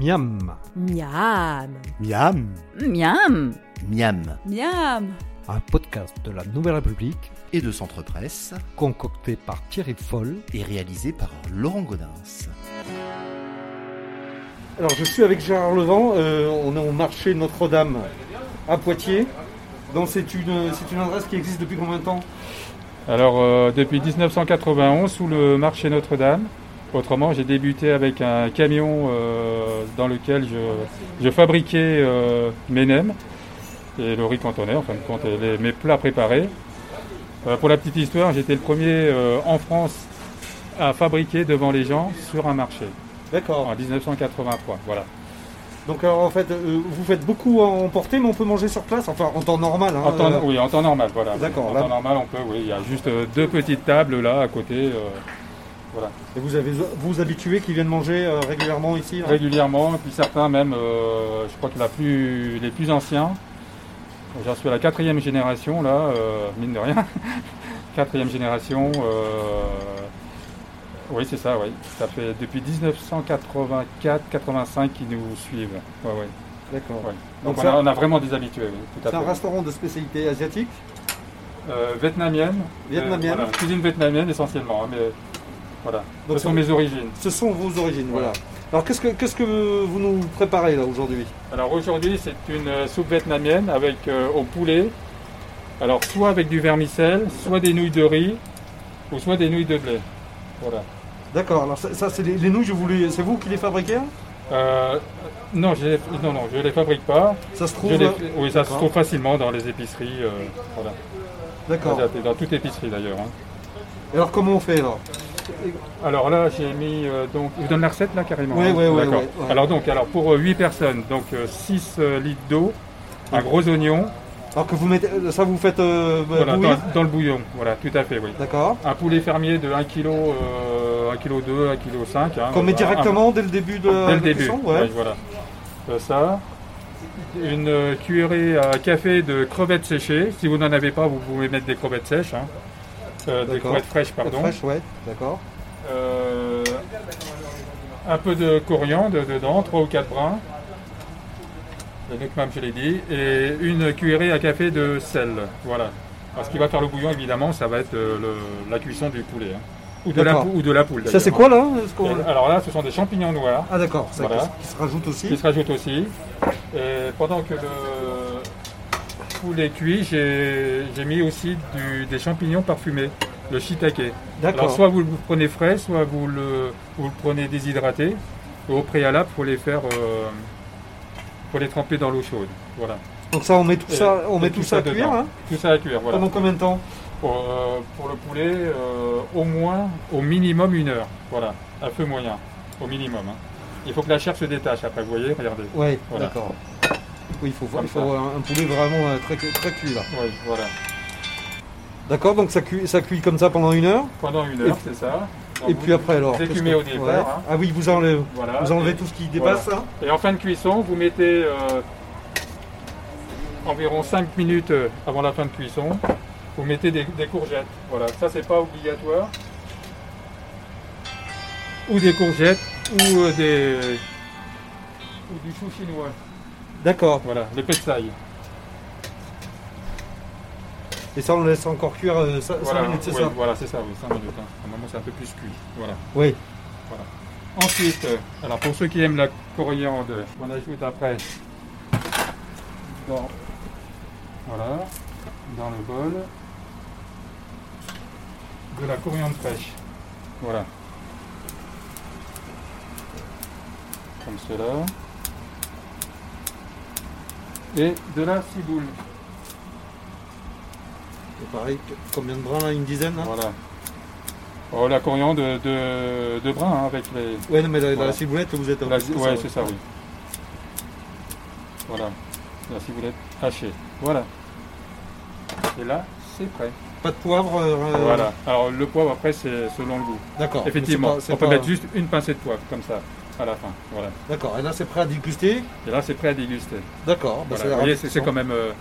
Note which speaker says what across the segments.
Speaker 1: Miam.
Speaker 2: Miam.
Speaker 3: Miam.
Speaker 4: Miam.
Speaker 5: Miam
Speaker 4: Miam.
Speaker 1: Un podcast de la Nouvelle République
Speaker 5: et de Centre Presse
Speaker 1: concocté par Thierry Foll.
Speaker 5: est réalisé par Laurent Godin.
Speaker 1: Alors je suis avec Gérard Levent, euh, on est au marché Notre-Dame à Poitiers. Donc c'est une, c'est une adresse qui existe depuis combien de temps
Speaker 6: Alors, euh, depuis 1991, sous le marché Notre-Dame. Autrement, j'ai débuté avec un camion euh, dans lequel je, je fabriquais euh, mes nems et le riz cantonais, en fin de compte, et les- mes plats préparés. Euh, pour la petite histoire, j'étais le premier euh, en France à fabriquer devant les gens sur un marché
Speaker 1: D'accord.
Speaker 6: en 1983. Voilà.
Speaker 1: Donc alors, en fait, euh, vous faites beaucoup à emporter, mais on peut manger sur place, enfin en temps normal. hein,
Speaker 6: En temps,
Speaker 1: euh,
Speaker 6: oui, en temps normal, voilà.
Speaker 1: D'accord,
Speaker 6: En
Speaker 1: là-
Speaker 6: temps normal, on peut, oui. Il y a juste euh, deux petites tables là à côté. euh,
Speaker 1: Et vous avez vous habitués qui viennent manger euh, régulièrement ici là
Speaker 6: régulièrement, et puis certains même, euh, je crois que la plus, les plus anciens, j'en suis à la quatrième génération là, euh, mine de rien, quatrième génération, euh, oui c'est ça, oui, ça fait depuis 1984-85 qu'ils nous suivent, Ouais, ouais.
Speaker 1: D'accord.
Speaker 6: Ouais.
Speaker 1: Donc
Speaker 6: donc, on,
Speaker 1: ça-
Speaker 6: a, on a vraiment des habitués, oui, tout
Speaker 1: C'est
Speaker 6: à
Speaker 1: un
Speaker 6: fait.
Speaker 1: restaurant de spécialité asiatique.
Speaker 6: Euh, vietnamienne,
Speaker 1: Vietnamienne.
Speaker 6: voilà, cuisine vietnamienne essentiellement, hein, mais voilà,
Speaker 1: Donc,
Speaker 6: ce sont mes origines.
Speaker 1: Ce sont vos origines, voilà.
Speaker 6: Voilà.
Speaker 1: Alors qu'est-ce que qu'est-ce que vous nous préparez là aujourd'hui
Speaker 6: Alors aujourd'hui, c'est une euh, soupe vietnamienne avec euh, au poulet. Alors soit avec du vermicelle, soit des nouilles de riz ou soit des nouilles de blé. Voilà.
Speaker 1: D'accord. Alors ça, ça, c'est les, les nouilles, je voulais, c'est vous qui les fabriquez hein
Speaker 6: Euh, non, je les, non, non, je les fabrique pas.
Speaker 1: Ça se trouve.
Speaker 6: Je les-
Speaker 1: euh,
Speaker 6: oui, ça se
Speaker 1: D'accord.
Speaker 6: trouve facilement dans les épiceries. euh, voilà.
Speaker 1: D'accord.
Speaker 6: Dans- Dans toute épicerie d'ailleurs. hein.
Speaker 1: Et Alors comment on fait alors
Speaker 6: Alors là, j'ai mis euh, donc. Je vous donne la recette là carrément.
Speaker 1: Ouais,
Speaker 6: hein
Speaker 1: ouais, ouais,
Speaker 6: D'accord.
Speaker 1: ouais, ouais.
Speaker 6: Alors donc, alors pour 8 personnes, donc 6 litres d'eau, un gros oignon,
Speaker 1: Alors que vous mettez euh, ça, vous faites euh, bah,
Speaker 6: voilà,
Speaker 1: bouillir
Speaker 6: dans- dans le bouillon. Voilà, tout à fait, oui.
Speaker 1: D'accord.
Speaker 6: Un poulet fermier de 1 kg, euh, 1 kg 2, 1 kg 5. Hein,
Speaker 1: Qu'on met
Speaker 6: Un-
Speaker 1: directement dès le début de
Speaker 6: un- dès
Speaker 1: la
Speaker 6: le début.
Speaker 1: cuisson, ouais.
Speaker 6: Ouais, voilà. Euh, ça. Une euh, cuillerée à café de crevettes séchées. Si vous n'en avez pas, vous pouvez mettre des crevettes sèches. hein. Euh, des
Speaker 1: D'accord.
Speaker 6: crevettes fraîches, pardon.
Speaker 1: Fraîche, ouais. D'accord.
Speaker 6: Euh, un peu de coriandre dedans, 3 ou 4 brins. Le nukmam, je l'ai dit. Et une cuillerée à café de sel. Voilà. Parce qu'il va faire le bouillon, évidemment, ça va être euh, le- la cuisson du poulet. hein. Ou, de la,
Speaker 1: D'accord.
Speaker 6: pou- ou de la poule.
Speaker 1: Ça c'est quoi
Speaker 6: d'ailleurs.
Speaker 1: là hein, ce qu'on-
Speaker 6: Et Alors là, ce sont des champignons noirs
Speaker 1: Ah d'accord. Ça
Speaker 6: Voilà.
Speaker 1: qui se- qui se rajoute
Speaker 6: qui
Speaker 1: aussi.
Speaker 6: se rajoutent aussi. Et pendant que le poulet cuit, j'ai j'ai mis aussi du- des champignons parfumés, le shiitake. Alors
Speaker 1: D'accord.
Speaker 6: soit vous le prenez frais, soit vous le, vous le prenez déshydraté. Au préalable, faut les faire, euh, faut les tremper dans l'eau chaude. Voilà.
Speaker 1: Donc ça, on met tout
Speaker 6: Et-
Speaker 1: ça, on
Speaker 6: et
Speaker 1: met tout ça à cuire.
Speaker 6: dedans.
Speaker 1: hein
Speaker 6: Tout ça à cuire. Voilà.
Speaker 1: Pendant combien de temps
Speaker 6: Pour, euh, pour le poulet, euh, au moins, au minimum une heure. Voilà, à feu moyen, au minimum. hein. Il faut que la chair se détache après, vous voyez, regardez.
Speaker 1: Ouais,
Speaker 6: Voilà.
Speaker 1: d'accord. Oui, il faut, il
Speaker 6: Comme
Speaker 1: faut
Speaker 6: ça.
Speaker 1: un, un poulet vraiment euh, très, très cuit là.
Speaker 6: Oui, voilà.
Speaker 1: D'accord, donc ça cuit, ça cuit comme ça pendant une heure.
Speaker 6: Pendant une
Speaker 1: Et
Speaker 6: heure,
Speaker 1: puis-
Speaker 6: c'est ça. Donc
Speaker 1: et
Speaker 6: vous-
Speaker 1: puis après alors
Speaker 6: vous
Speaker 1: qu'est-ce
Speaker 6: écumez
Speaker 1: que-
Speaker 6: au départ,
Speaker 1: ouais.
Speaker 6: hein.
Speaker 1: Ah oui, vous enlevez,
Speaker 6: Voilà.
Speaker 1: vous enlevez
Speaker 6: Et-
Speaker 1: tout ce qui dépasse hein. ça.
Speaker 6: Et en fin de cuisson, vous mettez euh, environ 5 minutes euh, avant la fin de cuisson, vous mettez des, des courgettes. Voilà, ça c'est pas obligatoire. Ou des courgettes, ou euh, des ou du chou chinois.
Speaker 1: D'accord.
Speaker 6: Voilà, le pectail.
Speaker 1: Et ça, on laisse encore cuire 5
Speaker 6: Voilà,
Speaker 1: minutes, c'est
Speaker 6: oui,
Speaker 1: ça
Speaker 6: Voilà, c'est ça, oui, 5 minutes. hein. Normalement, c'est un peu plus cuit. Voilà.
Speaker 1: Oui.
Speaker 6: Ensuite, euh, alors pour ceux qui aiment la coriandre, on ajoute après dans, voilà, dans le bol de la coriandre fraîche. Voilà. Comme cela. Et de la ciboule.
Speaker 1: Et pareil, que- combien de brins là Une dizaine là
Speaker 6: Voilà. Oh, la coriandre de, de, de brun hein, avec les,
Speaker 1: Ouais, non, mais la, la
Speaker 6: Voilà.
Speaker 1: ciboulette, vous êtes.
Speaker 6: La- ouais, c'est ça, oui. Voilà, la ciboulette hachée. Voilà. Et là, c'est prêt.
Speaker 1: Pas de poivre. euh,
Speaker 6: Voilà. Alors, le poivre, après, c'est selon le goût.
Speaker 1: D'accord. Mais
Speaker 6: Effectivement,
Speaker 1: c'est pas- c'est
Speaker 6: on peut
Speaker 1: pas-
Speaker 6: mettre juste une pincée de poivre, comme ça, à la fin. Voilà.
Speaker 1: D'accord. Et là, c'est prêt à déguster.
Speaker 6: Et là, c'est prêt à déguster.
Speaker 1: D'accord. bah, ça
Speaker 6: Voilà.
Speaker 1: a
Speaker 6: Vous
Speaker 1: l'air
Speaker 6: voyez, c'est- c'est
Speaker 1: appétissant.
Speaker 6: quand même... euh,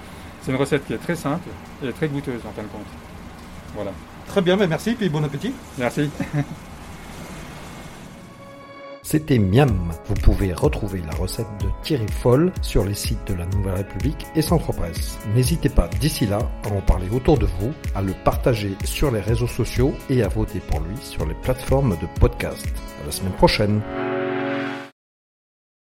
Speaker 6: c'est une recette qui est très simple et très goûteuse, en fin de compte. Voilà.
Speaker 1: Très bien, mais merci, puis bon appétit.
Speaker 6: Merci.
Speaker 2: C'était Miam. Vous pouvez retrouver la recette de Thierry Foll sur les sites de la Nouvelle République et Centre Presse. N'hésitez pas d'ici là à en parler autour de vous, à le partager sur les réseaux sociaux et à voter pour lui sur les plateformes de podcast. À la semaine prochaine.